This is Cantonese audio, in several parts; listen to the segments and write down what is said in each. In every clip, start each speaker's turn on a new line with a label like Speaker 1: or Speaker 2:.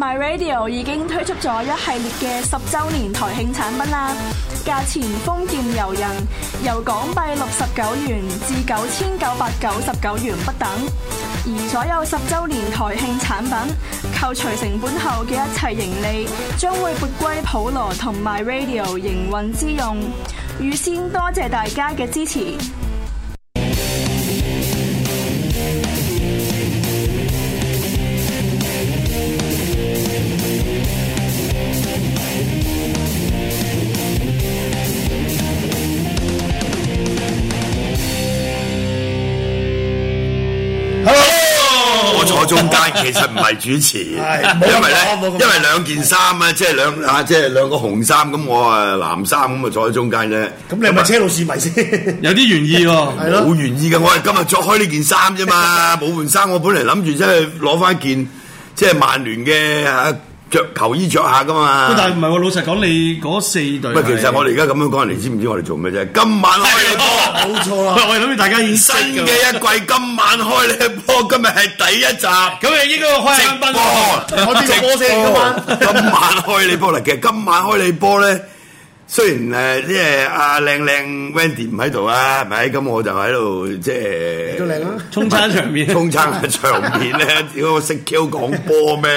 Speaker 1: My Radio 已經推出咗一系列嘅十週年台慶產品啦，價錢豐儉由人，由港幣六十九元至九千九百九十九元不等。而所有十週年台慶產品扣除成本後嘅一切盈利，將會撥歸普羅同 My Radio 營運之用。預先多謝大家嘅支持。
Speaker 2: 哦我坐中間其實唔係主持，
Speaker 3: 係冇咁
Speaker 2: 因為咧
Speaker 3: 講冇咁，講
Speaker 2: 因為兩件衫啊，即係兩啊，即係兩個紅衫咁，我啊藍衫咁啊坐喺中間啫。啊
Speaker 3: 咁你係咪車路士迷 先？
Speaker 4: 有啲原意喎。
Speaker 3: 係咯
Speaker 2: 冇願意嘅，我係今日着開呢件衫啫 嘛，冇換衫。我本嚟諗住即係攞翻件即係曼聯嘅啊着球衣着下噶嘛
Speaker 4: 喂。但係唔係喎？老實講，你嗰四隊
Speaker 2: 喂，
Speaker 4: 係，
Speaker 2: 其實我哋而家咁樣講，你知唔知我哋做咩啫？今晚開你 波，
Speaker 3: 冇錯啦
Speaker 4: 喂，。我哋諗住大家已經識
Speaker 2: 新
Speaker 4: 㗎
Speaker 2: 嘅一季今晚開你波，今日係第一集。
Speaker 4: 咁你應該開香檳喎。
Speaker 3: 我知個波先今晚
Speaker 2: 今晚開你波啦，其實今晚開你波咧，雖然誒即係阿靚靚 Wendy 唔喺度啊，係咪？咁我就喺度即係
Speaker 3: 都靚啊！
Speaker 4: 沖餐 場面，
Speaker 2: 中撐嘅場面咧，屌我識 Q 講波咩？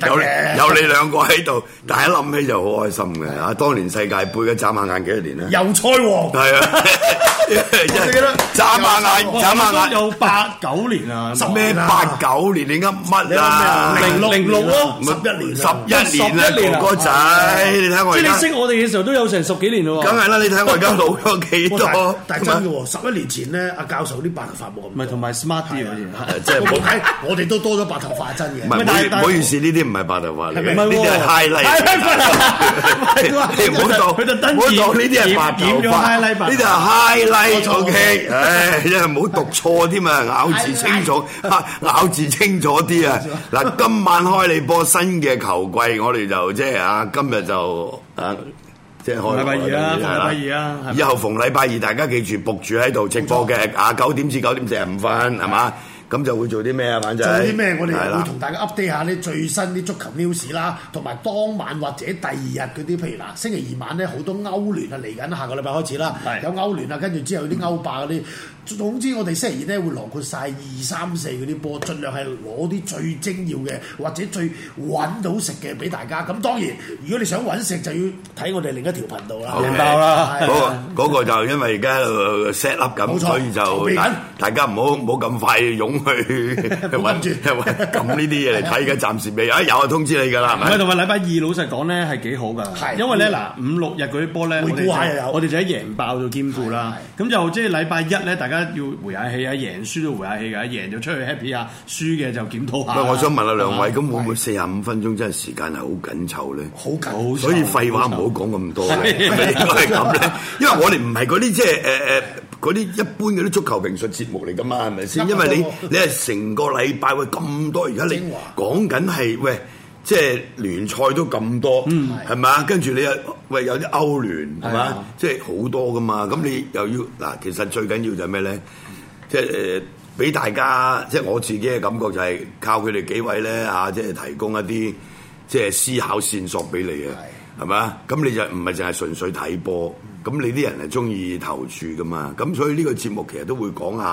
Speaker 3: 得
Speaker 2: 有
Speaker 3: 嘅
Speaker 2: 有你兩個喺度，但係一諗起就好開心嘅啊！當年世界盃嘅眨下眼幾多年咧？
Speaker 3: 油菜王
Speaker 2: 係啊，
Speaker 3: 記得
Speaker 2: 眨下眼，
Speaker 4: 哇
Speaker 2: 眨下眼
Speaker 4: 我諗，有八九年啊，
Speaker 3: 十
Speaker 2: 咩
Speaker 3: 年啊
Speaker 2: 八九年你噏乜啊？
Speaker 3: 你
Speaker 4: 零
Speaker 3: 諗咩啊
Speaker 4: 零六咯，
Speaker 3: 十一年
Speaker 2: 十
Speaker 3: 啊
Speaker 2: 一年
Speaker 4: 十一年
Speaker 2: 啦，
Speaker 4: 啊
Speaker 2: 哥哥仔，你睇我而
Speaker 4: 即係你
Speaker 2: 家，
Speaker 4: 識我哋嘅時候都有成十幾年咯喎。
Speaker 2: 梗係啦，你睇我而家老咗幾
Speaker 3: 哇但
Speaker 2: 多？啊
Speaker 3: 但係真嘅喎，十一年前咧，阿教授啲白頭髮冇咁多，
Speaker 4: 唔係同埋 smart 啲啊好似
Speaker 2: 即係
Speaker 3: 我
Speaker 2: 冇
Speaker 3: 冇睇，我哋都多咗白頭髮真嘅。
Speaker 2: 唔係
Speaker 4: 喂
Speaker 2: 唔
Speaker 4: 但
Speaker 2: 好
Speaker 4: 係
Speaker 2: 意
Speaker 4: 但係
Speaker 2: 唔好意思，呢啲唔係白頭髮嚟嘅，呢
Speaker 4: 係咪
Speaker 2: 啲係 highlight 嚟嘅。
Speaker 4: 係喎
Speaker 2: 你唔好當，
Speaker 4: 佢特登
Speaker 2: 唔好當呢啲係
Speaker 4: 染
Speaker 2: 白頭
Speaker 4: 染咗 highlight 白
Speaker 2: 髮，呢啲係 highlight，OK，唉，真係唔好讀錯添啊，咬字清楚，咬字清楚啲啊！嗱，今晚開你波新嘅球季，我哋就即係啊，今日就啊。即係開
Speaker 4: 禮拜二啊
Speaker 2: 係啦
Speaker 4: 逢禮拜二啊係咪
Speaker 2: 以後逢禮拜二大家記住仆住喺度直播嘅啊，九點至九點四十五分係嘛？咁就會做啲咩啊？反正
Speaker 3: 做啲咩？我哋
Speaker 2: 係啦
Speaker 3: 會同大家 update 下啲最新啲足球 news 啦，同埋當晚或者第二日嗰啲，譬如嗱星期二晚咧，好多歐聯啊嚟緊，下個禮拜開始啦，
Speaker 4: 係
Speaker 3: 有歐聯啊，跟住之後有啲歐霸嗰啲，總之我哋星期二咧會囊括晒二三四嗰啲波，盡量係攞啲最精要嘅或者最揾到食嘅俾大家。咁當然，如果你想揾食就要睇我哋另一條頻道啦。
Speaker 2: 好
Speaker 4: 明白啦
Speaker 3: 係
Speaker 2: 嗰個嗰個就因為而家喺度 set up 緊，
Speaker 3: 冇錯
Speaker 2: 所以
Speaker 3: 後
Speaker 2: 就
Speaker 3: 面
Speaker 2: 大大家唔好唔好咁快湧去揾
Speaker 3: 住
Speaker 2: 撳呢啲嘢嚟睇嘅，暫時未啊有啊通知你㗎啦，
Speaker 4: 唔係
Speaker 2: 係咪？
Speaker 4: 同埋禮拜二老實講咧係幾好
Speaker 3: 係
Speaker 4: 㗎，因為咧嗱五六日嗰啲波咧，
Speaker 3: 回顧
Speaker 4: 我哋
Speaker 3: 下又
Speaker 4: 就
Speaker 3: 有
Speaker 4: 我哋就喺贏爆到兼顧啦。咁就即係禮拜一咧，大家要回下氣啊，贏輸都回下氣㗎，贏就出去 happy 下，輸嘅就檢討下。
Speaker 2: 喂，我想問下兩位，
Speaker 4: 係
Speaker 2: 咁會唔會四十五分鐘真係時間係好緊湊咧？
Speaker 3: 好緊。
Speaker 4: 嘛，
Speaker 2: 所以廢話唔好講咁多嘅，係咪應該係咁咧？因為我哋唔係嗰啲即係誒誒嗰啲一般嗰啲足球評述節目嚟噶嘛，係咪先？因為你你係成個禮拜喂咁多，而家你
Speaker 3: 精華
Speaker 2: 講緊係喂。即係聯賽都咁多，係咪啊？跟住你又喂有啲歐聯係
Speaker 4: 係
Speaker 2: 嘛
Speaker 4: 啊？
Speaker 2: 即係好多噶嘛。咁你又要嗱，其實最緊要就係咩咧？即係誒，俾、大家即係我自己嘅感覺就係靠佢哋幾位咧嚇、啊即係提供一啲即係思考線索俾你啊，係咪啊？咁你就唔係淨係純粹睇波，咁你啲人係中意投注噶嘛，咁所以呢個節目其實都會講下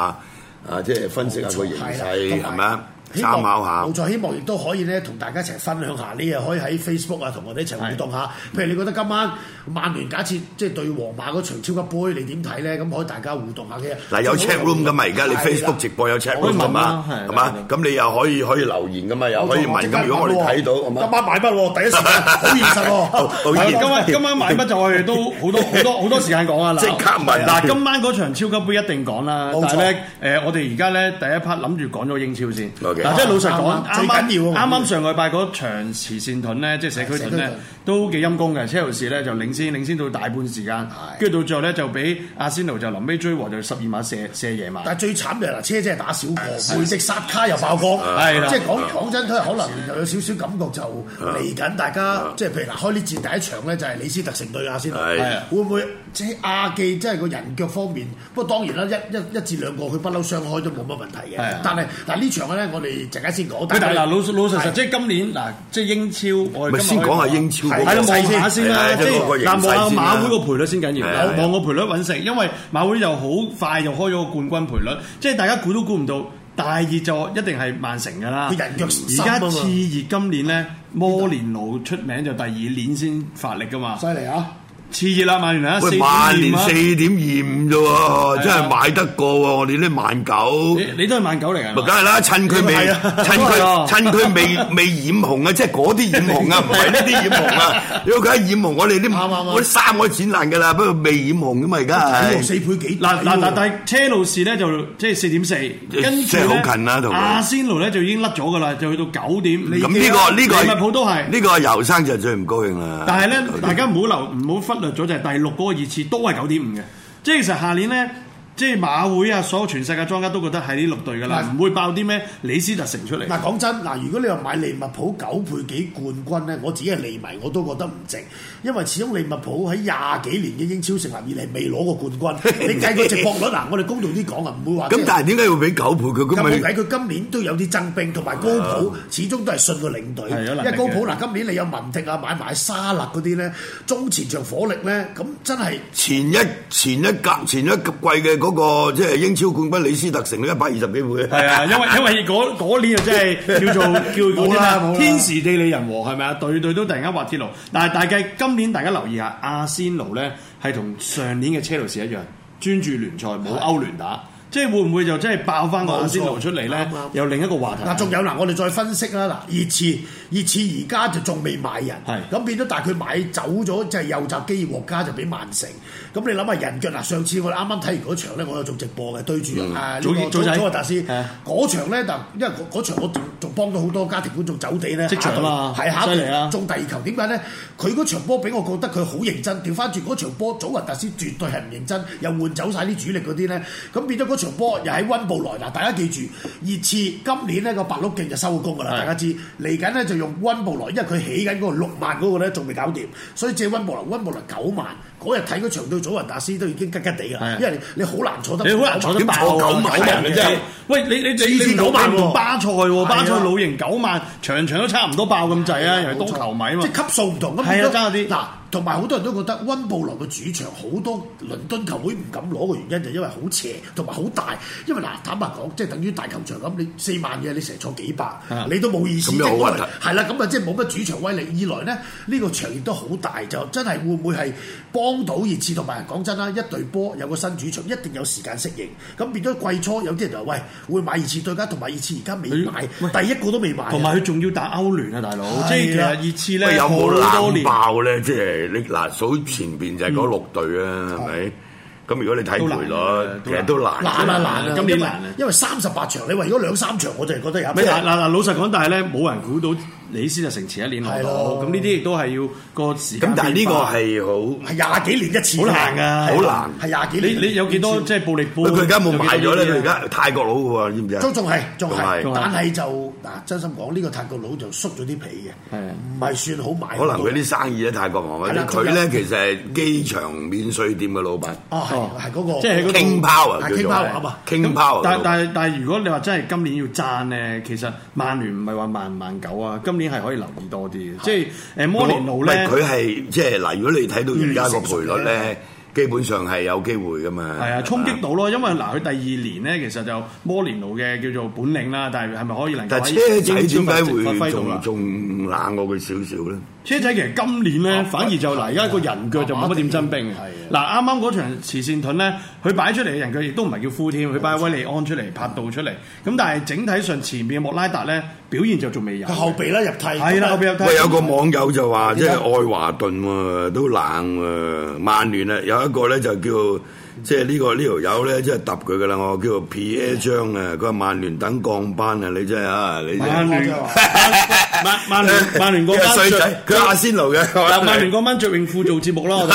Speaker 2: 啊，即係分析下個形勢係咪啊？
Speaker 3: 希望
Speaker 2: 參考下
Speaker 3: 冇。錯，希望亦都可以咧，同大家一齊分享下，你又可以喺 Facebook 啊，同我哋一齊互動下。譬如你覺得今晚嗯曼聯假設即係對皇馬嗰場超級杯，你點睇咧？咁可以大家互動下嘅。
Speaker 2: 嗱有 chat room 噶嘛，而家你
Speaker 3: 係啦啊
Speaker 2: Facebook 直播有 chat
Speaker 4: 可以
Speaker 2: room 噶
Speaker 4: 問
Speaker 2: 嘛
Speaker 4: 啦，
Speaker 2: 係
Speaker 4: 係
Speaker 2: 嘛
Speaker 4: 係？
Speaker 2: 咁你又可以可以留言噶嘛，又可以問咁。如果我
Speaker 3: 啊
Speaker 2: 哋睇到，係啊
Speaker 3: 今
Speaker 2: 嘛？
Speaker 3: 晚買乜喎？第一時間好現實
Speaker 2: 好好
Speaker 3: 喎。
Speaker 2: 現
Speaker 4: 係
Speaker 2: 實
Speaker 4: 今晚今晚買乜就我哋都 好多好多好多時間講啊！嗱
Speaker 2: 即刻問
Speaker 4: 嗱，今晚嗰場超級杯一定講啦。
Speaker 3: 冇錯
Speaker 4: 但係咧，誒，我哋而家咧第一 part 諗住講咗英超先。
Speaker 2: OK
Speaker 4: 嗱，即係老實講，
Speaker 3: 啱啱
Speaker 4: 啱
Speaker 3: 最緊
Speaker 4: 啱
Speaker 3: 要啊
Speaker 4: 啱啱上個禮拜嗰場慈善盾咧，即係社區盾
Speaker 3: 社區
Speaker 4: 咧
Speaker 3: 盾，
Speaker 4: 都幾陰功嘅。車路士咧就領先領先到大半時間，跟住到最後咧就俾阿仙奴就臨尾追和，就十二碼射射贏埋。
Speaker 3: 但係最慘就係嗱，車真係打小過，背脊殺卡又爆光，
Speaker 4: 啊係啦啊
Speaker 3: 即係講講真，佢可能又有少少感覺就嚟緊，大家
Speaker 4: 啊
Speaker 3: 即係譬如嗱，開呢節第一場咧就係李斯特城對亞仙奴，
Speaker 2: 係
Speaker 4: 係啊
Speaker 3: 會唔會即係亞記即係個人腳方面？不過當然啦，一一一至兩個佢不嬲傷開都冇乜問題嘅
Speaker 4: 係啊。
Speaker 3: 但係嗱呢場咧，我哋哋陣間先講。
Speaker 4: 喂，但係嗱，
Speaker 3: 係
Speaker 4: 老老實實，即係今年嗱，即係英超，我
Speaker 2: 咪
Speaker 4: 哋今
Speaker 2: 先
Speaker 4: 日可以
Speaker 2: 講下英超嗰
Speaker 4: 係啦，
Speaker 2: 個
Speaker 4: 望下先啦
Speaker 2: 係，
Speaker 4: 即
Speaker 2: 即係個
Speaker 4: 係
Speaker 2: 形
Speaker 4: 嗱，
Speaker 2: 勢
Speaker 4: 望
Speaker 2: 先
Speaker 4: 下
Speaker 2: 啦
Speaker 4: 馬會個賠率先緊
Speaker 2: 係啊
Speaker 4: 要，
Speaker 2: 係啊
Speaker 4: 望個賠率揾食，因為馬會又好快就開咗個冠軍賠率，即係大家估都估唔到。大熱就一定係曼城㗎啦，
Speaker 3: 佢人腳
Speaker 4: 而
Speaker 3: 深啊
Speaker 4: 家
Speaker 3: 嘛
Speaker 4: 次熱今年咧，摩連奴出名就第二年先發力㗎嘛，
Speaker 3: 犀利啊！
Speaker 4: 次熱啦，曼聯啊，四
Speaker 2: 喂，
Speaker 4: 點
Speaker 2: 曼聯
Speaker 4: 二啊
Speaker 2: 四，點二五啫喎，真係買得過喎！我哋呢萬九，
Speaker 4: 你你都係萬九嚟㗎
Speaker 2: 咪
Speaker 4: 嘛
Speaker 2: 梗。係啦，趁佢未，
Speaker 4: 係啊
Speaker 2: 趁
Speaker 4: 係
Speaker 2: 佢
Speaker 4: 啊
Speaker 2: 趁佢 未未染紅啊，即係嗰啲染紅啊，唔係呢啲染紅啊。如果佢一染紅，我哋
Speaker 3: 啱啱
Speaker 2: 啲
Speaker 3: 啱
Speaker 2: 我啲衫我都剪爛㗎啦，不過未染紅㗎嘛，而家
Speaker 4: 啊
Speaker 3: 睇落
Speaker 2: 係。
Speaker 3: 四倍幾抵
Speaker 4: 嗱
Speaker 3: 喎？
Speaker 4: 嗱嗱，但係車路士咧就即係四點四，跟住
Speaker 2: 即係
Speaker 4: 咧
Speaker 2: 好近啦同佢
Speaker 4: 阿仙奴咧就已經甩咗㗎啦，就去到九點。
Speaker 2: 咁
Speaker 4: 你
Speaker 2: 呢個呢個
Speaker 4: 啊利物浦都係。
Speaker 2: 呢個遊生就最唔高興
Speaker 3: 啊
Speaker 2: 啦。
Speaker 4: 但係咧，大家唔好留唔好忽略咗就係第六嗰個熱刺都係九點五嘅，即係其實下年咧。即係馬會啊！所有全世界莊家都覺得係呢六隊㗎啦，
Speaker 3: 嗱
Speaker 4: 唔會爆啲咩李斯特城出 嚟。
Speaker 3: 嗱講真，嗱如果你話買利物浦九倍幾冠軍咧，我自己係利迷我都覺得唔值，因為始終利物浦喺廿幾年嘅英超成立以嚟未攞過冠軍， 你計個直播率嗱，我哋公道啲講啊，唔會話
Speaker 2: 咁，但係點解要俾九倍佢？咁
Speaker 3: 咁
Speaker 2: 咪啊
Speaker 3: 冇計，佢今年都有啲增兵，同埋高普始終都係信個領隊，
Speaker 4: 係有
Speaker 3: 因
Speaker 4: 能力嘅
Speaker 3: 為高普嗱今年你有文迪啊，買埋沙勒嗰啲咧，中前場火力咧，咁真係
Speaker 2: 前一前一格前一季嘅嗰、個即係英超冠軍李斯特城都一百二十幾倍。
Speaker 4: 係啊，因為因為嗰嗰年就啊真係叫做叫
Speaker 3: 冇
Speaker 4: 做
Speaker 3: 啦冇啦
Speaker 4: 天時地利人和係咪啊？隊隊都突然間滑鐵路，但係大家今年大家留意下，阿仙奴咧係同上年嘅車路士一樣，專注聯賽冇歐聯打，即係會唔會就真係爆翻個阿仙奴出嚟
Speaker 3: 冇錯
Speaker 4: 咧
Speaker 3: 啱啱？
Speaker 4: 有另一個話題。
Speaker 3: 嗱，仲有嗱，我哋再分析啦。嗱，熱刺熱刺而家就仲未買人
Speaker 4: 係，
Speaker 3: 咁變咗，但係佢買走咗就係右閘基爾獲加就俾曼城。咁你諗下人腳嗱，上次我哋啱啱睇完嗰場咧，我有做直播嘅，對住啊呢
Speaker 4: 祖
Speaker 3: 個
Speaker 4: 祖
Speaker 3: 祖
Speaker 4: 仔
Speaker 3: 祖達斯
Speaker 4: 係啊
Speaker 3: 嗰場咧，就因為嗰嗰場我仲仲幫到好多家庭觀眾走地咧，
Speaker 4: 即場啊嘛
Speaker 3: 係下一
Speaker 4: 犀利啊
Speaker 3: 隊中第二球。點解咧？佢嗰場波俾我覺得佢好認真，調翻轉嗰場波，祖雲達斯絕對係唔認真，又換走晒啲主力嗰啲咧，咁變咗嗰場波又喺温布萊嗱，大家記住，熱刺今年呢個白鹿徑就收工㗎啦，
Speaker 4: 係
Speaker 3: 大家知嚟緊咧就用温布萊，因為佢起緊嗰個六萬嗰個咧仲未搞掂，所以借温布萊，温布萊九萬嗰日睇嗰場對祖雲達斯都已經吉吉地
Speaker 4: 係
Speaker 3: 啦，因為你你好難坐得
Speaker 4: 你好難坐得爆
Speaker 2: 點坐九萬
Speaker 4: 啊
Speaker 2: 人你真係
Speaker 4: 喂，你你你
Speaker 3: 黐線
Speaker 4: 你唔
Speaker 3: 九萬喎
Speaker 4: 同巴塞喎，巴塞
Speaker 3: 係啊
Speaker 4: 老型九萬，場場都差唔多爆咁滯啊，又係多球迷啊嘛
Speaker 3: 即。係級數唔同咁。
Speaker 4: 係啊
Speaker 3: 變咗
Speaker 4: 爭啲
Speaker 3: 嗱，同埋好多人都覺得温布萊嘅主場好多倫敦球會唔敢攞嘅原因就因為好斜同埋好大，因為嗱坦白講，即係等於大球場咁，你四萬嘅你成日坐幾百
Speaker 4: 啊，
Speaker 3: 你都冇意思。
Speaker 2: 咁又好核突
Speaker 3: 係啦，咁啊即係冇乜主場威力。二來咧，呢個場亦都好大，就真係會唔會係幫到熱刺同埋講真啦，一隊波有個新主場，一定有時間適應。咁變咗季初有啲人就話喂會買熱刺對家，同埋熱刺而家未買，
Speaker 4: 喂
Speaker 3: 第一個都未買啊。
Speaker 4: 同埋佢仲要打歐聯啊，大佬！即係其實熱刺
Speaker 2: 喂
Speaker 4: 咧，
Speaker 2: 有冇
Speaker 4: 好多
Speaker 2: 冷
Speaker 4: 年
Speaker 2: 爆咧？即係你嗱數前邊就係嗰六隊啊，係咪？咁如果你睇
Speaker 4: 都
Speaker 2: 賠
Speaker 4: 難
Speaker 2: 率
Speaker 4: 嘅，
Speaker 2: 其實都難。
Speaker 3: 難啊難啊！
Speaker 4: 今年難啊
Speaker 3: 因為三十八場，你話如果兩三場，我就係覺得有
Speaker 4: 咪嗱嗱
Speaker 3: 一
Speaker 4: 嗱，老實講，但係咧冇人估到李斯特城前一年攞
Speaker 3: 係
Speaker 4: 到，
Speaker 3: 咯
Speaker 4: 咁呢啲亦都係要個時間
Speaker 2: 咁但係呢個
Speaker 4: 變化
Speaker 2: 係好
Speaker 3: 係廿幾年一次，
Speaker 4: 好難㗎
Speaker 2: 好難
Speaker 3: 係廿幾
Speaker 4: 你
Speaker 3: 年。
Speaker 4: 你有幾多即係暴力波？
Speaker 2: 喂，佢而家冇賣咗咧，佢而
Speaker 4: 有幾多呢
Speaker 2: 家泰國佬嘅喎，知唔知啊？
Speaker 3: 都仲係仲係
Speaker 2: 仲
Speaker 4: 係，
Speaker 3: 但係就嗱，真心講呢個泰國佬就縮咗啲皮嘅，
Speaker 4: 係啊
Speaker 3: 唔係算好買
Speaker 2: 可
Speaker 3: 到。
Speaker 2: 能佢啲生意咧，泰國我
Speaker 3: 係啦
Speaker 2: 佢咧其實係機場免稅店嘅老闆
Speaker 3: 哦係係嗰個，
Speaker 4: 即係喺嗰度
Speaker 2: ，King Power
Speaker 3: 係
Speaker 2: 叫做
Speaker 3: King Power 啊嘛
Speaker 2: ，King Power
Speaker 4: 但
Speaker 2: 老闆
Speaker 4: 但係但係，如果你話真係今年要爭咧，其實曼聯唔係話萬萬九啊，今年係可以留意多啲嘅。即係誒摩連奴咧，
Speaker 2: 唔係佢係即係嗱，如果你睇到而家個賠率咧，基本上係有機會噶嘛。
Speaker 4: 係啊，衝擊到咯，因為嗱佢第二年咧，其實就摩連奴嘅叫做本領啦，但係係咪可以能夠
Speaker 2: 但
Speaker 4: 喺
Speaker 2: 係車仔
Speaker 4: 英超
Speaker 2: 點解
Speaker 4: 發
Speaker 2: 會
Speaker 4: 揮到啦
Speaker 2: 仲？仲冷過佢少少咧？
Speaker 4: 車仔其實今年咧，反而就嗱，而家個人腳就冇乜點增兵嘅
Speaker 3: 係啊。
Speaker 4: 嗱，啱啱嗰場慈善盾咧，佢擺出嚟嘅人腳亦都唔係叫夫添，佢擺威利安出嚟、拍道出嚟。咁但係整體上前面嘅莫拉達咧，表現就仲未有。
Speaker 3: 佢後備啦入替，
Speaker 4: 係啦，後邊有睇
Speaker 2: 喂，有個網友就話，即係愛華頓喎，都冷喎，曼聯啊，有一個咧就叫即係呢個呢條友咧，即係揼佢噶啦，我叫做 P A 張啊，佢話曼聯等降班啊，你真係啊，你真係
Speaker 4: 曼聯，曼曼 聯曼聯嗰班
Speaker 2: 佢係衰
Speaker 4: 着
Speaker 2: 仔，佢係阿仙奴嘅，係嘛
Speaker 4: 曼聯嗰班着泳褲做節目啦， 我哋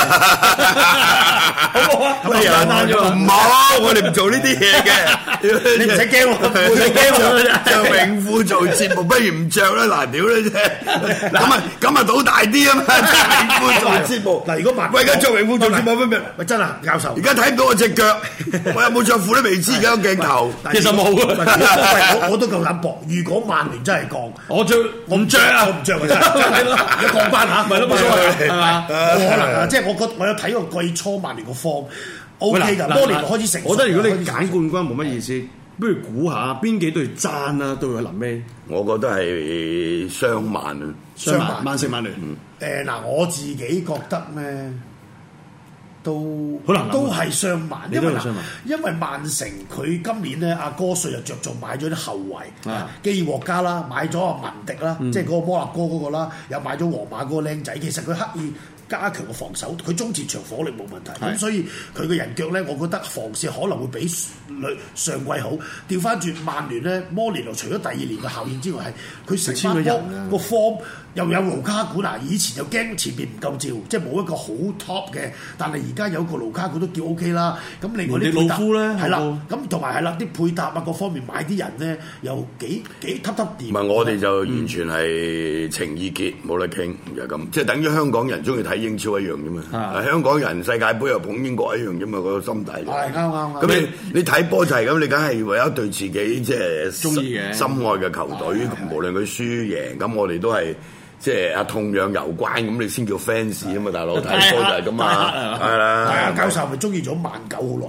Speaker 4: 好唔好啊？咁
Speaker 2: 乜
Speaker 4: 簡單
Speaker 2: 嘢
Speaker 4: 啫嘛
Speaker 2: 唔好，我哋唔做呢啲嘢嘅。
Speaker 3: 你唔使驚喎
Speaker 2: 唔使驚喎，着泳褲做節目，不如唔着啦，嗱屌你啫。咁啊咁啊，賭大啲啊嘛，着泳褲做節目。
Speaker 3: 嗱，如果萬
Speaker 2: 喂，而家着泳褲做節目分別，
Speaker 3: 喂真啊，教授
Speaker 2: 而。家睇唔到我只腳，我有冇着褲都未知，而家個鏡頭。
Speaker 4: 其實冇
Speaker 3: 喂
Speaker 4: 嘅，
Speaker 3: 我我都夠膽搏，如果曼聯真係降，
Speaker 4: 我着
Speaker 3: 我唔着啊，我 啊唔着啊，真 係真係而家降班嚇，
Speaker 4: 咪咯冇所謂係嘛
Speaker 3: 冇可能啊，即係我覺我有睇過季初曼聯個 form，O
Speaker 4: 喂
Speaker 3: K
Speaker 4: 嗱
Speaker 3: 㗎，
Speaker 4: 嗱
Speaker 3: 波年
Speaker 4: 嗱
Speaker 3: 開始成熟㗎。
Speaker 4: 我覺得如果
Speaker 3: 開
Speaker 4: 你
Speaker 3: 始成熟
Speaker 4: 揀冠軍冇乜意思，不如估下邊幾隊爭啊？到佢臨尾，
Speaker 2: 我覺得係雙萬啊。
Speaker 3: 雙嗯曼
Speaker 4: 曼曼城、曼聯，
Speaker 3: 誒嗱，我自己覺得咧，都
Speaker 4: 好難諗啊
Speaker 3: 都係雙曼，
Speaker 4: 你
Speaker 3: 因
Speaker 4: 都
Speaker 3: 為
Speaker 4: 係
Speaker 3: 嗱
Speaker 4: 雙曼，
Speaker 3: 因為曼城佢今年咧，阿哥帥就着重買咗啲後衞
Speaker 4: 啊，嗯
Speaker 3: 基爾獲加啦，買咗阿文迪啦，即係嗰個摩納哥嗰個啦，又買咗皇馬嗰個僆仔，其實佢刻意。加強個防守，佢中前場火力冇問題，
Speaker 4: 係
Speaker 3: 咁所以佢嘅人腳咧，我覺得防線可能會比上季好。調翻轉曼聯咧，摩連奴除咗第二年嘅效應之外，係佢成班
Speaker 4: 佢簽咗人
Speaker 3: 波
Speaker 4: 啊
Speaker 3: 個 form 又有盧卡古嗱，以前就驚前面唔夠照，即係冇一個好 top 嘅，但係而家有個盧卡古都叫 OK 啦。咁你嗰
Speaker 4: 人
Speaker 3: 啲配
Speaker 4: 哋
Speaker 3: 搭
Speaker 4: 老夫咧
Speaker 3: 係
Speaker 4: 有
Speaker 3: 啦，咁同埋係啦，啲配搭啊各方面買啲人咧又幾幾揼揼掂。
Speaker 2: 唔係，我哋就完全係情意結，冇得傾，就係咁，即係等於香港人中意睇英超一樣啫嘛。
Speaker 4: 啊
Speaker 2: 香港人世界盃又捧英國一樣啫嘛，個心態就
Speaker 3: 係啱啱啱。
Speaker 2: 咁你你睇波就係咁，你梗係唯有對自己即係
Speaker 4: 鍾意嘅
Speaker 2: 心愛嘅球隊，無論佢輸贏，咁我哋都係。即係啊，痛癢有關咁，你先叫 fans 啊嘛，大佬睇波就係咁啊，係
Speaker 3: 係啊，
Speaker 2: 啦，
Speaker 3: 教授係咪中意咗萬九好耐？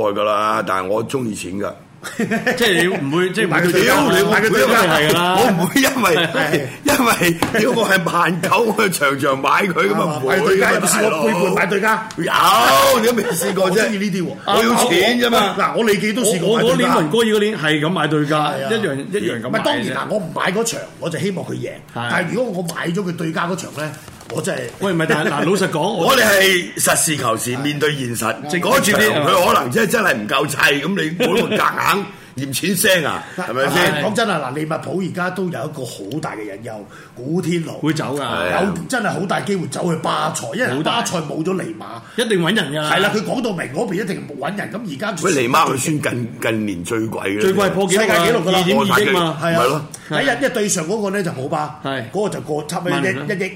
Speaker 2: 好耐噶啦，但係我中意錢㗎。
Speaker 4: 即係你 唔會即係唔
Speaker 3: 買
Speaker 4: 會
Speaker 3: 佢
Speaker 2: 屌
Speaker 4: 對
Speaker 3: 對手
Speaker 4: 爭啊
Speaker 2: 你
Speaker 3: 買佢
Speaker 2: 會
Speaker 3: 對
Speaker 2: 因為
Speaker 3: 手
Speaker 4: 係㗎啦
Speaker 2: 我唔會因為
Speaker 3: 係
Speaker 2: 因為屌我係萬九，我場場買佢咁啊，唔
Speaker 3: 買
Speaker 2: 會
Speaker 3: 對家
Speaker 2: 㗎
Speaker 3: 有冇試過背叛買對家？
Speaker 2: 有，你都未試過
Speaker 3: 我
Speaker 2: 啫。
Speaker 3: 中意呢啲喎，啊
Speaker 2: 我要錢啫嘛。
Speaker 3: 嗱，我利記都試
Speaker 4: 我
Speaker 3: 過
Speaker 4: 我
Speaker 3: 買
Speaker 4: 嗰
Speaker 3: 對
Speaker 4: 年
Speaker 3: 家。
Speaker 4: 雲哥爾嗰年係咁買對價，
Speaker 3: 係啊
Speaker 4: 一樣一樣咁
Speaker 3: 唔
Speaker 4: 買
Speaker 3: 係
Speaker 4: 啫。
Speaker 3: 當然啦，我唔買嗰場，我就希望佢贏。
Speaker 4: 係
Speaker 3: 但係如果我買咗佢對家嗰場咧，我真係
Speaker 4: 喂，唔係，但係嗱，老實講，我
Speaker 2: 我哋係實事求是面對現實，嗰住你佢可能真係真係唔夠砌，咁你冇得夾硬嫌錢聲啊， 係咪
Speaker 3: 嗱
Speaker 2: 先？
Speaker 3: 講真啊，嗱，利物浦而家都有一個好大嘅隱憂，古天奴
Speaker 4: 會走
Speaker 2: 係
Speaker 4: 㗎，
Speaker 2: 啊
Speaker 3: 有真係好大機會走去巴塞，因為
Speaker 4: 好大
Speaker 3: 巴塞冇咗尼馬。
Speaker 4: 一定揾人㗎啦。
Speaker 3: 係啦，佢講到明嗰邊一定揾人，咁而家
Speaker 2: 喂，尼馬佢算近近年最貴嘅，
Speaker 4: 最貴破紀錄
Speaker 3: 世界紀錄㗎啦
Speaker 4: 二點二億嘛。
Speaker 3: 係
Speaker 2: 咪咯
Speaker 3: 啊，第一一對上嗰個咧就冇吧，
Speaker 4: 係
Speaker 3: 嗰個就過差唔多
Speaker 4: 萬
Speaker 3: 一
Speaker 4: 零啦
Speaker 3: 一億。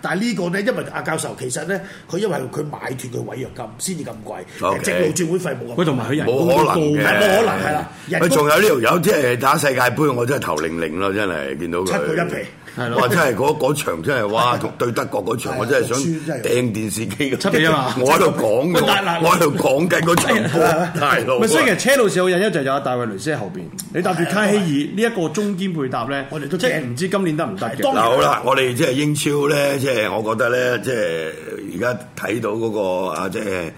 Speaker 3: 但係呢個咧，因為阿教授其實咧，佢因為佢買斷佢違約金先至咁貴，
Speaker 2: OK
Speaker 3: 直路轉會費冇咁貴。
Speaker 4: 喂，同埋佢人工
Speaker 2: 冇
Speaker 4: 都
Speaker 2: 可
Speaker 4: 高
Speaker 2: 能嘅，
Speaker 4: 㗎
Speaker 3: 係冇可能係啦人
Speaker 2: 喂，
Speaker 3: 工
Speaker 2: 仲有呢條友即係打世界盃，我真係頭零零咯，真係見到佢
Speaker 3: 七個一皮
Speaker 4: 係咯
Speaker 2: 哇！真係嗰嗰場真係哇，同對德國嗰場，我真係想
Speaker 3: 六村真係啊
Speaker 2: 掟電視機咁
Speaker 4: 七比一嘛
Speaker 2: 我喺度講
Speaker 4: 喂但
Speaker 2: 緊
Speaker 4: 係嗱，
Speaker 2: 我喺度講緊嗰場波，大佬
Speaker 4: 咪所以其
Speaker 2: 啊。
Speaker 4: 實車路士好隱憂就係有阿大衛雷斯喺後邊，你搭住卡希爾呢一個中堅配搭咧，
Speaker 3: 我哋都
Speaker 4: 即係
Speaker 3: 驚
Speaker 4: 唔知今年得唔得
Speaker 3: 係
Speaker 4: 嘅
Speaker 3: 啊當。
Speaker 2: 嗱好啦，我哋即係英超咧，即係我覺得咧，即係而家睇到嗰個啊，即係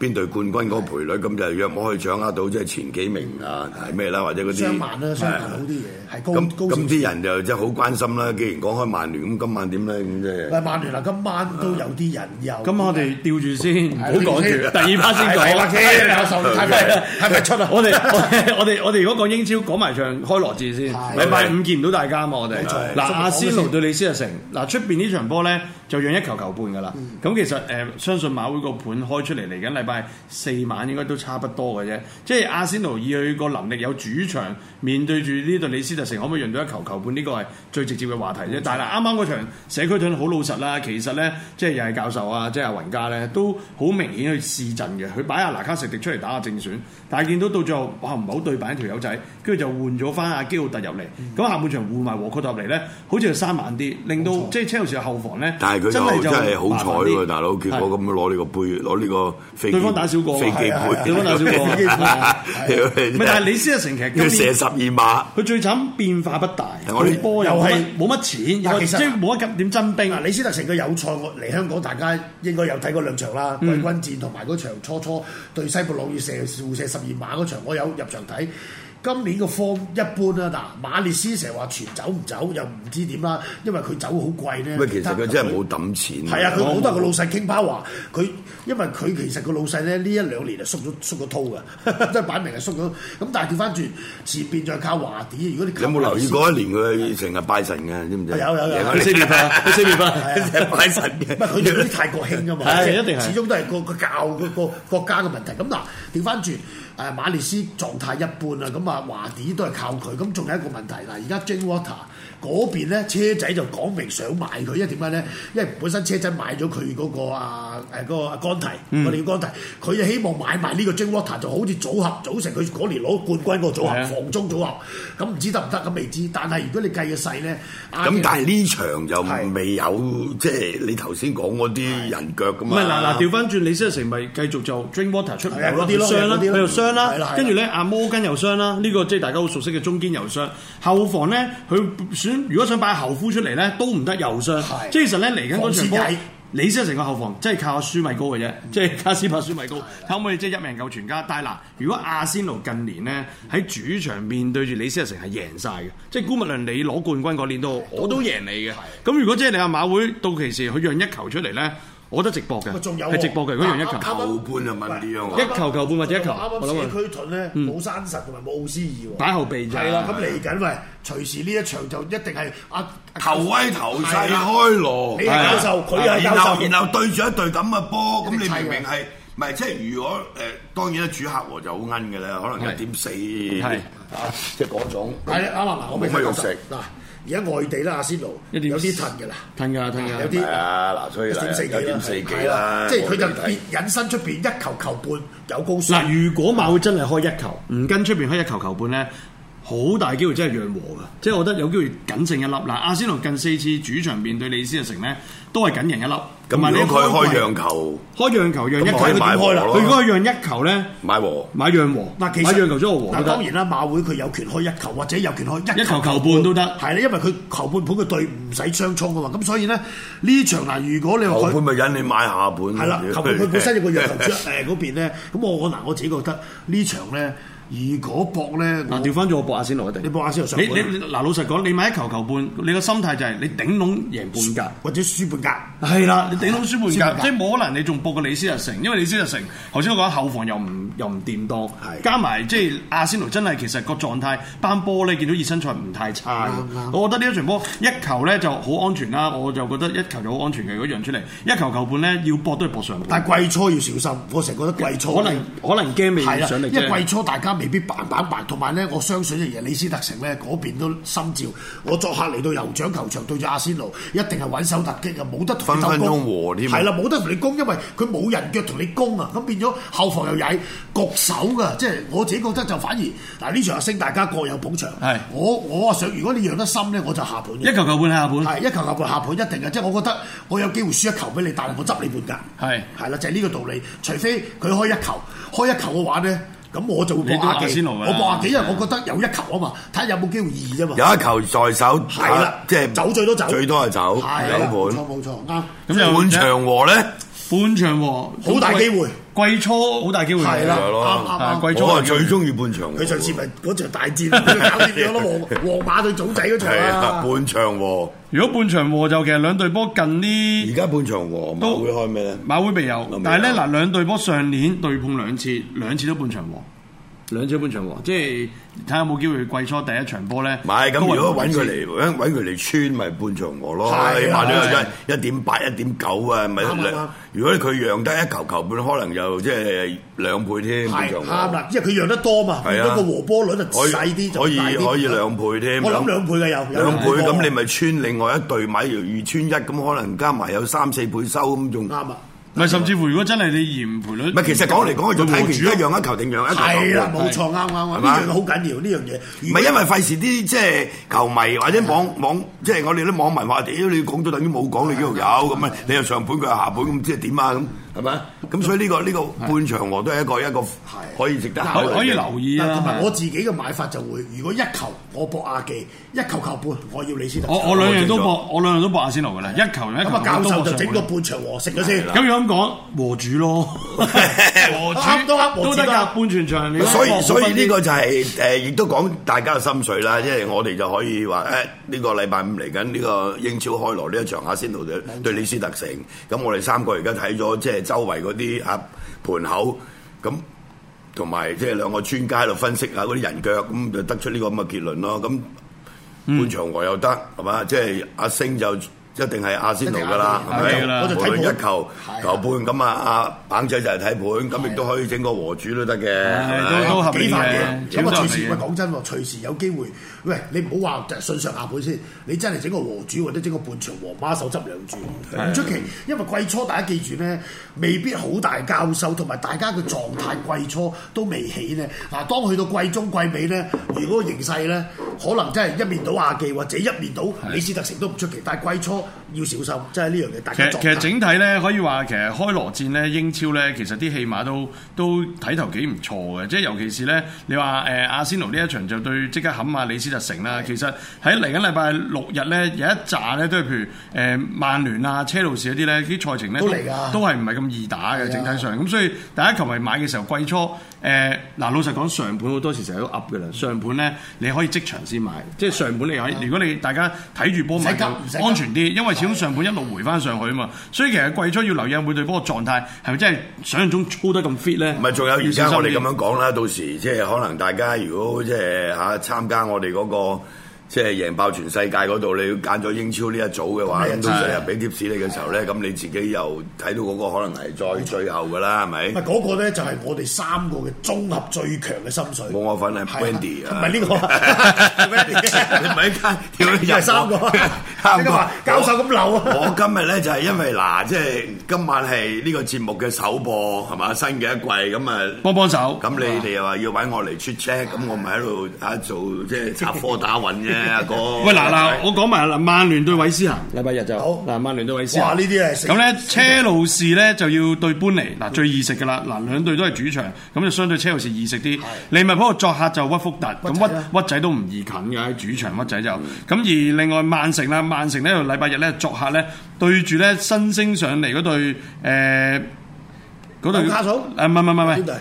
Speaker 2: 邊隊冠軍嗰個賠率，咁就約我可以掌握到即係前幾名啊，係咩啦，或者嗰啲
Speaker 3: 雙萬啦，雙萬好啲嘢係高
Speaker 2: 啊咁
Speaker 3: 高少
Speaker 2: 咁啲人就真係好關心啦。既然講開曼聯，咁今晚點咧？咁即係
Speaker 3: 喂，曼聯啊，今晚都有啲人又
Speaker 4: 咁我哋吊住先，唔好講住，
Speaker 3: 係啊
Speaker 4: 第二 part 先
Speaker 3: 係啊
Speaker 4: 講啊
Speaker 3: 啦。先教授太快太快出啊啦！
Speaker 4: 我哋我哋我哋我哋如果講英超講埋場開羅字先，
Speaker 3: 係
Speaker 4: 禮拜五見唔到大家嘛，我哋
Speaker 3: 冇錯
Speaker 4: 嗱
Speaker 3: 所以
Speaker 4: 阿仙
Speaker 3: 講咗
Speaker 4: 奴
Speaker 3: 先
Speaker 4: 對李斯特城，嗱出邊呢場波咧就讓一球球半㗎啦。
Speaker 3: 嗯
Speaker 4: 咁其實誒相信馬會個盤開出嚟嚟緊禮拜四晚應該都差不多嘅啫。即係阿仙奴以佢個能力有主場面對住呢對李斯特城，可唔可以讓到一球球半？呢個係最直接嘅話題啫。但係嗱啱啱嗰場社區盾好老實啦，其實咧即係又係教授啊，即係阿雲家咧都好明顯去試陣嘅，佢擺阿拿卡石迪出嚟打下正選，但係見到到最後哇唔係好對版條友仔，跟住就換咗翻阿基奧特入嚟，咁、下半場換埋和確特入嚟咧，好似就生猛啲，令到即係車路士嘅後防咧，
Speaker 2: 但係佢就真係好彩喎，大佬！結
Speaker 4: 係
Speaker 2: 果咁樣攞呢個杯，攞呢個飛機
Speaker 4: 對方打少個
Speaker 2: 飛機
Speaker 4: 係
Speaker 3: 啊係啊
Speaker 2: 杯，
Speaker 4: 對方打 少個
Speaker 2: 飛機杯
Speaker 4: 係啊
Speaker 2: 屌你
Speaker 4: 唔係 但係李斯特城其實今
Speaker 2: 要射
Speaker 4: 年
Speaker 2: 十二碼，
Speaker 4: 佢最慘變化不大，
Speaker 2: 我哋
Speaker 4: 佢波又
Speaker 3: 又
Speaker 4: 係
Speaker 3: 係
Speaker 4: 冇乜錢，又
Speaker 3: 嗱其實
Speaker 4: 即係冇一點真兵啊
Speaker 3: 嗱，。啊李斯特城嘅友賽我嚟香港，大家應該有睇過兩場啦，
Speaker 2: 嗯
Speaker 3: 季軍戰同埋嗰場初初對西布魯要射互射十二碼嗰場，我有入場睇。今年個 form 一般啦，嗱馬列斯成日話全走唔走，又唔知點啦，因為佢走好貴咧。
Speaker 2: 喂，其實佢真係冇
Speaker 3: 抌。
Speaker 2: 抌錢。
Speaker 3: 係啊，佢好多個老細傾拋話，佢因為佢其實個老細咧呢一兩年啊縮咗縮咗套㗎， 即係擺明係縮咗。咁但係調翻轉是變就靠華啲。如果你
Speaker 2: 有冇留意
Speaker 3: 過？
Speaker 2: 嗰一年佢成日拜神嘅，知唔知？啊
Speaker 3: 有有有
Speaker 4: 佢識變化，佢識變化。
Speaker 2: 成日拜神
Speaker 3: 唔係佢哋嗰
Speaker 2: 嘅
Speaker 3: 啲。泰國興㗎嘛，
Speaker 4: 係
Speaker 3: 即
Speaker 4: 一定係
Speaker 3: 始終都係個個教個個國家嘅問題。咁嗱，調翻轉誒馬列斯狀態一般啦，咁啊華迪都係靠佢。咁仲有一個問題嗱，而家 Jane Water 嗰邊咧車仔就講明想買佢，因為點解咧？因為本身車仔買咗佢嗰個啊誒嗰個啊干提，
Speaker 4: 嗯
Speaker 3: 我哋叫干提，佢就希望買埋呢個 Jane Water 就好似組合組成佢嗰年攞冠軍嗰個組
Speaker 4: 係
Speaker 3: 合
Speaker 4: 啊
Speaker 3: 防中組合。咁唔知得唔得咁未知，但係如果你計嘅細咧，
Speaker 2: 咁但係呢場就
Speaker 3: 係
Speaker 2: 未有，即係你頭先講嗰啲人腳咁
Speaker 4: 唔
Speaker 2: 嘛。
Speaker 4: 係嗱嗱，調翻轉李斯特城咪繼續就 drink water 出唔到
Speaker 3: 係啊
Speaker 4: 咯，
Speaker 3: 嗰啲咯
Speaker 4: 傷啦，
Speaker 3: 嗰啲
Speaker 4: 佢
Speaker 3: 咯
Speaker 4: 又
Speaker 3: 係
Speaker 4: 傷啦
Speaker 3: 啦係啦，
Speaker 4: 跟住咧阿摩根又傷啦，呢個即係大家好熟悉嘅中堅又傷，後防咧佢選如果想擺後夫出嚟咧都唔得又傷
Speaker 3: 係，
Speaker 4: 即係其實咧嚟緊嗰場波
Speaker 3: 防線曳。
Speaker 4: 李斯特城個後防真係靠阿舒米高嘅啫，
Speaker 3: 嗯
Speaker 4: 即係卡斯帕舒米高，可唔可以即係一命救全家？但係嗱，如果阿仙奴近年咧喺主場面對住李斯特城係贏晒嘅，即係估勿論你攞冠軍嗰年都好，我都贏你嘅。咁如果即係你阿馬會到期時佢讓一球出嚟咧，我覺得直播嘅。
Speaker 3: 咪啊仲有喎啊
Speaker 4: 係直播嘅，如果讓一球
Speaker 3: 啱啱
Speaker 2: 後半就問呢樣
Speaker 4: 一球球半或者一球
Speaker 3: 啱
Speaker 4: 我諗
Speaker 3: 啱
Speaker 4: 啊
Speaker 3: 社區盾咧冇山神同埋冇奧斯爾喎。
Speaker 4: 擺後備咋，
Speaker 3: 係啦，咁嚟緊喂，隨時呢一場就一定係阿
Speaker 2: 頭威頭勢
Speaker 3: 係啦
Speaker 2: 開羅
Speaker 3: 你。係教授，佢又係
Speaker 2: 啊然
Speaker 3: 教
Speaker 2: 後
Speaker 3: 授，
Speaker 2: 然後對住一隊咁嘅波，咁你
Speaker 3: 一定砌嘅
Speaker 2: 明明係唔係即係如果誒、當然啦，主客和就好奀嘅啦，可能
Speaker 4: 係
Speaker 2: 一點四，
Speaker 4: 係
Speaker 2: 即係嗰種。
Speaker 3: 係啦啱啦，嗱我明
Speaker 2: 冇乜肉
Speaker 3: 教授
Speaker 2: 食
Speaker 3: 嗱，而家外地啦，阿仙奴
Speaker 4: 一點
Speaker 3: 有啲褪㗎啦，
Speaker 4: 褪㗎啦褪㗎啦
Speaker 3: 有
Speaker 2: 係
Speaker 3: 啲。
Speaker 2: 啊，嗱，所以
Speaker 3: 一點四
Speaker 2: 嗱
Speaker 3: 幾
Speaker 2: 有點四幾啦，
Speaker 3: 即係佢就
Speaker 2: 我哋睇
Speaker 3: 變引申出邊一球球半有高數。
Speaker 4: 嗱，如果馬會真係開一球，唔跟出邊開一球球半咧，好大機會真係讓和㗎。即係我覺得有機會僅剩一粒。嗱，阿仙奴近四次主場面對李斯特城咧，都係僅贏一粒。同埋
Speaker 2: 咁，
Speaker 4: 你
Speaker 2: 如果佢開
Speaker 4: 季
Speaker 2: 讓球
Speaker 4: 開讓球讓一球，
Speaker 2: 咁可以
Speaker 4: 佢
Speaker 2: 買
Speaker 4: 點
Speaker 2: 和
Speaker 4: 開啦？
Speaker 2: 咯
Speaker 4: 佢如果佢讓一球咧，
Speaker 2: 買和，
Speaker 4: 買讓和，
Speaker 3: 嗱，其實
Speaker 4: 買讓球咗個和
Speaker 3: 嗱
Speaker 4: 都
Speaker 3: 當
Speaker 4: 得。
Speaker 3: 然啦，馬會佢有權開一球，或者有權開一
Speaker 4: 一球球半都得
Speaker 3: 係啦，因為佢球半盤佢對唔使雙衝啊嘛，咁所以咧呢場嗱，如果你話
Speaker 2: 後
Speaker 3: 佢
Speaker 2: 半咪引你買下半。
Speaker 3: 係啦，球佢本身有個弱球 出誒嗰邊咧，咁我我嗱我自己覺得呢場咧，如果搏咧，
Speaker 4: 嗱，調翻咗我博阿仙奴一定。
Speaker 3: 你搏阿仙奴上
Speaker 4: 你
Speaker 3: 盤
Speaker 4: 你嗱，老實講，你買一球球半，你個心態就係你頂籠贏半格。
Speaker 3: 或者輸半格，
Speaker 4: 係啦，你頂到輸
Speaker 3: 輸
Speaker 4: 半
Speaker 3: 半
Speaker 4: 格，
Speaker 3: 格
Speaker 4: 即係冇可能你仲搏過李斯特城，因為李斯特城頭先我講後防又唔又唔掂當，加埋即係阿仙奴真係其實個狀態班波咧，見到熱身賽唔太差
Speaker 3: 啱啱
Speaker 4: 我覺得呢一場波一球咧就好安全啦，我就覺得一球就好安全嘅，如果讓出嚟一球球半咧要搏都係搏上半，
Speaker 3: 但係季初要小心，我成日覺得季初
Speaker 4: 可能可能驚未
Speaker 3: 係啦
Speaker 4: 上嚟，
Speaker 3: 因為季
Speaker 4: 啫。
Speaker 3: 初大家未必扮板扮，同埋咧，我相信一樣嘢，李斯特城咧嗰邊都心照，我作客嚟到酋長球場對住阿仙奴，一定係穩守突擊啊，冇得同你
Speaker 2: 分分
Speaker 3: 鬥攻
Speaker 2: 鐘和添啊
Speaker 3: 係啦，冇得同你攻，因為佢冇人腳同你攻啊，咁變咗後防又曳，局手㗎，即係我自己覺得就反而嗱呢場阿星大家各有捧場，
Speaker 4: 係
Speaker 3: 我我啊想，如果你讓得深咧，我就下盤嘅
Speaker 4: 一球球半係下盤，
Speaker 3: 係一球下盤下盤一定嘅，即係我覺得我有機會輸一球俾你，但係我執你半格。
Speaker 4: 係
Speaker 3: 係啦，就係呢個道理。除非佢開一球，開一球嘅話咧，咁我就會
Speaker 4: 你都
Speaker 3: 博下
Speaker 4: 阿
Speaker 3: 幾，
Speaker 4: 仙奴㗎啦
Speaker 3: 我博下幾，因為我覺得有一球啊嘛，睇下有冇機會二啫嘛。
Speaker 2: 有一球在手，啊
Speaker 3: 係啦，
Speaker 2: 即係
Speaker 3: 走最多走，
Speaker 2: 最多係走有
Speaker 3: 係啦冇錯
Speaker 2: 盤，
Speaker 3: 冇錯，啱。
Speaker 4: 咁又
Speaker 2: 半場和咧。
Speaker 4: 半場和，
Speaker 3: 好大機會，
Speaker 4: 季初好大機會
Speaker 3: 係啦，
Speaker 2: 嗯係咯
Speaker 3: 啱啱啱。
Speaker 4: 貴咗
Speaker 2: 我係啊最中意半場和。
Speaker 3: 佢上次咪嗰場大戰，佢搞掂 咗咯，皇皇馬對祖仔嗰場
Speaker 2: 係啊，
Speaker 3: 啊。
Speaker 2: 半場和，
Speaker 4: 如果半場和就其實兩隊波近呢
Speaker 2: 而家半場和，馬
Speaker 4: 都
Speaker 2: 會開咩咧？
Speaker 4: 馬會未
Speaker 2: 未
Speaker 4: 有
Speaker 2: 有，
Speaker 4: 但係咧嗱，兩隊波上年對碰兩次，兩次都半場和，兩次都半場和，即係睇下有冇機會季初第一場波咧。
Speaker 2: 唔係咁，
Speaker 4: 都
Speaker 2: 如果揾佢
Speaker 4: 兩次
Speaker 2: 嚟揾揾佢嚟穿，咪半場和咯。
Speaker 3: 係啊
Speaker 2: 起碼
Speaker 4: 係
Speaker 2: 呢個一一點八、一點九啊，咪
Speaker 3: 啱啱啱
Speaker 2: 如果佢讓得一球球半，可能又即係兩倍添。半
Speaker 3: 係
Speaker 2: 場和
Speaker 3: 啱啦，因為佢讓得多嘛，
Speaker 2: 係
Speaker 3: 變
Speaker 2: 啊
Speaker 3: 咗個和波率就
Speaker 2: 可以
Speaker 3: 細啲，就
Speaker 2: 可以
Speaker 3: 大啲
Speaker 2: 可以兩倍添。
Speaker 3: 我諗兩倍嘅有
Speaker 2: 兩
Speaker 3: 有
Speaker 2: 倍
Speaker 3: 兩倍
Speaker 2: 咁，你咪穿另外一隊買條二穿一，咁可能加埋有三四倍收咁仲。
Speaker 3: 啱
Speaker 2: 唔
Speaker 3: 啊。
Speaker 4: 唔係甚至乎如果真係你嫌賠率，
Speaker 2: 係，其實講嚟講去就睇
Speaker 4: 佢
Speaker 2: 其
Speaker 4: 和
Speaker 2: 一
Speaker 4: 主咯
Speaker 2: 讓一球定讓一球球半。
Speaker 3: 係啦，冇錯，啱
Speaker 2: 係
Speaker 3: 啱啱，呢
Speaker 2: 嘛
Speaker 3: 樣嘢好緊要，呢樣嘢。
Speaker 2: 唔
Speaker 3: 唔
Speaker 2: 係因為費事啲即係球迷或者網網即啊係我哋啲網民話：屌你講咗等於冇講，你幾度有咁啊？你又上盤佢又下盤，咁即係點啊？咁係咪？咁所以呢個呢個半場和都係一個一個可以值得考慮
Speaker 4: 可
Speaker 2: 嘅
Speaker 4: 可以留意
Speaker 3: 嗱，同
Speaker 4: 啊
Speaker 3: 埋。我自己嘅買法就會，如果一球我博亞記，一球球半，我要你先得。
Speaker 4: 我我兩樣都搏，我兩樣都搏阿仙奴噶啦，一球一球
Speaker 3: 咁啊，教授就整個
Speaker 4: 個。
Speaker 3: 半場和食咗先。
Speaker 4: 咁如果咁講，和主 咯，和
Speaker 3: 啱都啱和主
Speaker 4: 都得
Speaker 3: 都
Speaker 4: 㗎，
Speaker 3: 啱
Speaker 4: 半全場你
Speaker 2: 所以
Speaker 4: 搏
Speaker 2: 所以呢個就係、誒，亦、都講大家嘅心水啦。因為我哋就可以話誒，呢、個禮拜五嚟緊呢個英超開鑼呢一場阿仙奴對對李斯特城，咁我哋三個而家睇咗即係周圍嗰啲啊盤口，咁同埋即係兩個專家喺度分析下嗰啲人腳，咁就得出呢個咁嘅結論咯。咁半場和又得係嘛？即係阿星就。一定係阿仙奴㗎啦，係
Speaker 4: 一定係
Speaker 2: 咪？
Speaker 4: 啦
Speaker 2: 無論一球
Speaker 3: 係
Speaker 2: 球半咁啊，阿棒仔就係睇盤，咁亦都可以整個和主都得嘅，係咪
Speaker 4: 都都合
Speaker 3: 幾
Speaker 4: 理
Speaker 3: 快
Speaker 4: 嘅
Speaker 3: 嘅，，咁啊
Speaker 4: 合
Speaker 3: 隨
Speaker 4: 理
Speaker 3: 時
Speaker 4: 嘅
Speaker 3: 喂講真喎，隨時有機會，喂你唔好話就係信上下盤先，你真係整個和主或者整個半場皇馬手執兩注，唔出奇，因為季初大家記住咧，未必好大交收，同埋大家嘅狀態季初都未起咧。嗱，當去到季中季尾咧，如果個形勢咧，可能真係一面倒亞記或者一面倒李斯特城都唔出奇，但係季初要小心，真係呢樣嘢大
Speaker 4: 其
Speaker 3: 家
Speaker 4: 實
Speaker 3: 狀
Speaker 4: 其實
Speaker 3: 態。
Speaker 4: 整體咧，可以話其實開羅戰咧，英超咧，其實啲戲碼都都睇頭幾唔錯嘅，即係尤其是咧，你話誒、呃阿仙奴呢一場就對即刻冚下李斯特城啦。其實喺嚟緊禮拜六日咧，有一紮咧都係譬如誒、呃曼聯啊、車路士嗰啲咧，啲賽程咧
Speaker 3: 都嚟㗎啊
Speaker 4: 都係唔係咁易打嘅整體上。咁所以大家球迷買嘅時候，季初誒嗱、老實講上盤好多時成日都噏嘅啦。上盤咧你可以即場先買，即係上盤你可以，如果你大家睇住波
Speaker 3: 唔
Speaker 4: 買
Speaker 3: 使急
Speaker 4: 就
Speaker 3: 唔使急
Speaker 4: 安全啲，因為始終上半一路回翻上去啊嘛，所以其實季初要留意下每隊波嘅狀態係咪真係想象中操得咁 fit 咧？
Speaker 2: 唔係，仲有而
Speaker 4: 要
Speaker 2: 家
Speaker 4: 小
Speaker 2: 我
Speaker 4: 心
Speaker 2: 哋
Speaker 4: 啲
Speaker 2: 咁樣講啦，到時即係可能大家如果即係嚇參加我哋嗰、個即係贏爆全世界嗰度，你要揀咗英超呢一組嘅話，
Speaker 3: 啊
Speaker 2: 咁到時又俾貼士你嘅時候咧，咁你自己又睇到嗰個可能係再最後噶啦，係咪
Speaker 3: 唔係？啊嗰個咧，就係我哋三個嘅綜合最強嘅心水。
Speaker 2: 冇我份係
Speaker 3: 係啊
Speaker 2: Wendy 啊，
Speaker 3: 唔係呢個
Speaker 2: 你唔係一間 屌你
Speaker 3: 係三個
Speaker 2: 三
Speaker 3: 你今日話教授咁流啊
Speaker 2: 我今日咧就係因為嗱，即係今晚係呢個節目嘅首播係嘛，新嘅一季咁啊。
Speaker 4: 幫幫手。
Speaker 2: 咁你哋又話要揾我嚟出 check，咁我咪喺度啊做即係插科打諢 啫，阿哥。
Speaker 4: 喂嗱嗱，我講埋啦，曼聯對韋斯咸，禮拜日就
Speaker 3: 好
Speaker 4: 嗱，曼聯對韋斯
Speaker 3: 哇！呢
Speaker 4: 咸。
Speaker 3: 啲係
Speaker 4: 咁咧，車路士咧就要對搬尼，嗱最易食噶啦，嗱兩隊都係主場，咁就相對車路士易食啲。利物浦作客就屈福特，咁
Speaker 3: 屈仔
Speaker 4: 屈
Speaker 3: 啦
Speaker 4: 屈仔都唔易近嘅喺主場屈仔就。咁、而另外曼城啦，曼城呢就禮拜日咧作客咧對住咧新升上嚟嗰隊誒嗰隊
Speaker 3: 紐卡素
Speaker 4: 誒唔係唔係唔係
Speaker 3: 邊。隊？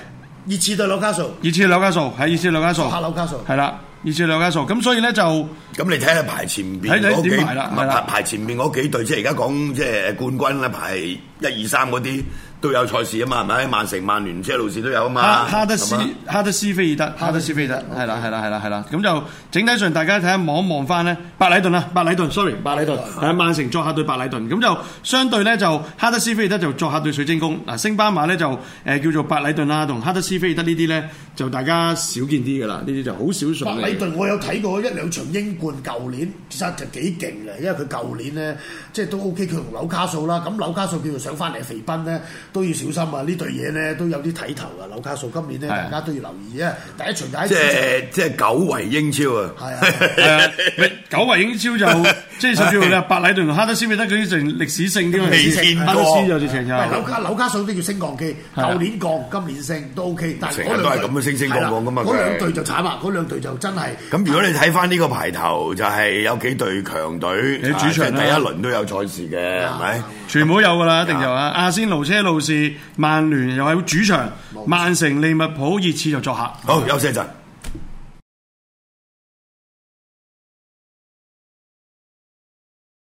Speaker 3: 熱刺對紐卡素，
Speaker 4: 熱刺紐卡素係熱刺紐卡素，
Speaker 3: 下紐卡素
Speaker 4: 係啦，熱刺紐卡素。咁所以咧就
Speaker 2: 咁你睇下排前邊
Speaker 4: 睇睇
Speaker 2: 嗰幾，
Speaker 4: 點排啦
Speaker 2: 唔
Speaker 4: 係
Speaker 2: 係
Speaker 4: 啦
Speaker 2: 排排前面嗰幾隊，即係而家講即係冠軍啦，排一二三嗰啲都有賽事啊嘛，係咪？曼城、曼聯、車路士都有啊嘛。
Speaker 4: 哈哈德斯
Speaker 2: 係嘛
Speaker 4: 哈德斯菲爾德，哈德斯菲爾德係啦係啦係啦係啦。咁就整體上大家睇下望一望翻咧，白禮頓啦，白禮頓，sorry，白禮頓係啊曼城作客對白禮頓，咁就相對咧就哈德斯菲爾德就作客對水晶宮，嗱星巴馬咧就誒叫做白禮頓啦，同哈德斯菲爾德呢啲咧就大家少見啲㗎啦，呢啲就好少
Speaker 3: 白
Speaker 4: 上
Speaker 3: 禮
Speaker 4: 嚟。
Speaker 3: 頓我有睇過一兩場英冠，舊年其實就幾勁嘅，因為佢舊年咧即係都 ờ, OK，佢同紐卡素啦，咁紐卡素叫做上翻嚟肥賓咧，都要小心啊！呢隊嘢咧都有啲睇頭啊！紐卡素今年咧
Speaker 4: 係啊
Speaker 3: 大家都要留意啊！第一場就喺
Speaker 2: 即
Speaker 3: 主場
Speaker 2: 係即係久違英超啊！
Speaker 3: 係啊
Speaker 4: 係啊，咪久違英超就即係甚至乎咧，白禮頓同哈德斯菲爾德嗰啲就歷史性啲
Speaker 2: 未見
Speaker 4: 哈
Speaker 2: 過
Speaker 4: 德斯就直情就
Speaker 3: 喂紐卡紐卡素都叫升降機，
Speaker 4: 係啊
Speaker 3: 舊年降，今年升都 OK，但係嗰
Speaker 2: 成日都係
Speaker 3: 兩隊
Speaker 2: 咁樣升升降降㗎嘛
Speaker 3: 係啊啦
Speaker 2: 佢
Speaker 3: 嗰兩隊就慘啦，嗰兩隊就真係
Speaker 2: 咁如果你睇翻呢個排頭，就係有幾隊強隊，
Speaker 4: 你主場
Speaker 2: 啊即係
Speaker 4: 啦啊
Speaker 2: 第一輪都有賽事嘅，係咪？
Speaker 4: 全部都有㗎啦，一定有啊！阿仙奴、車路士、曼聯又喺主場，曼城、利物浦、熱刺就作客。
Speaker 2: 好，休息一陣。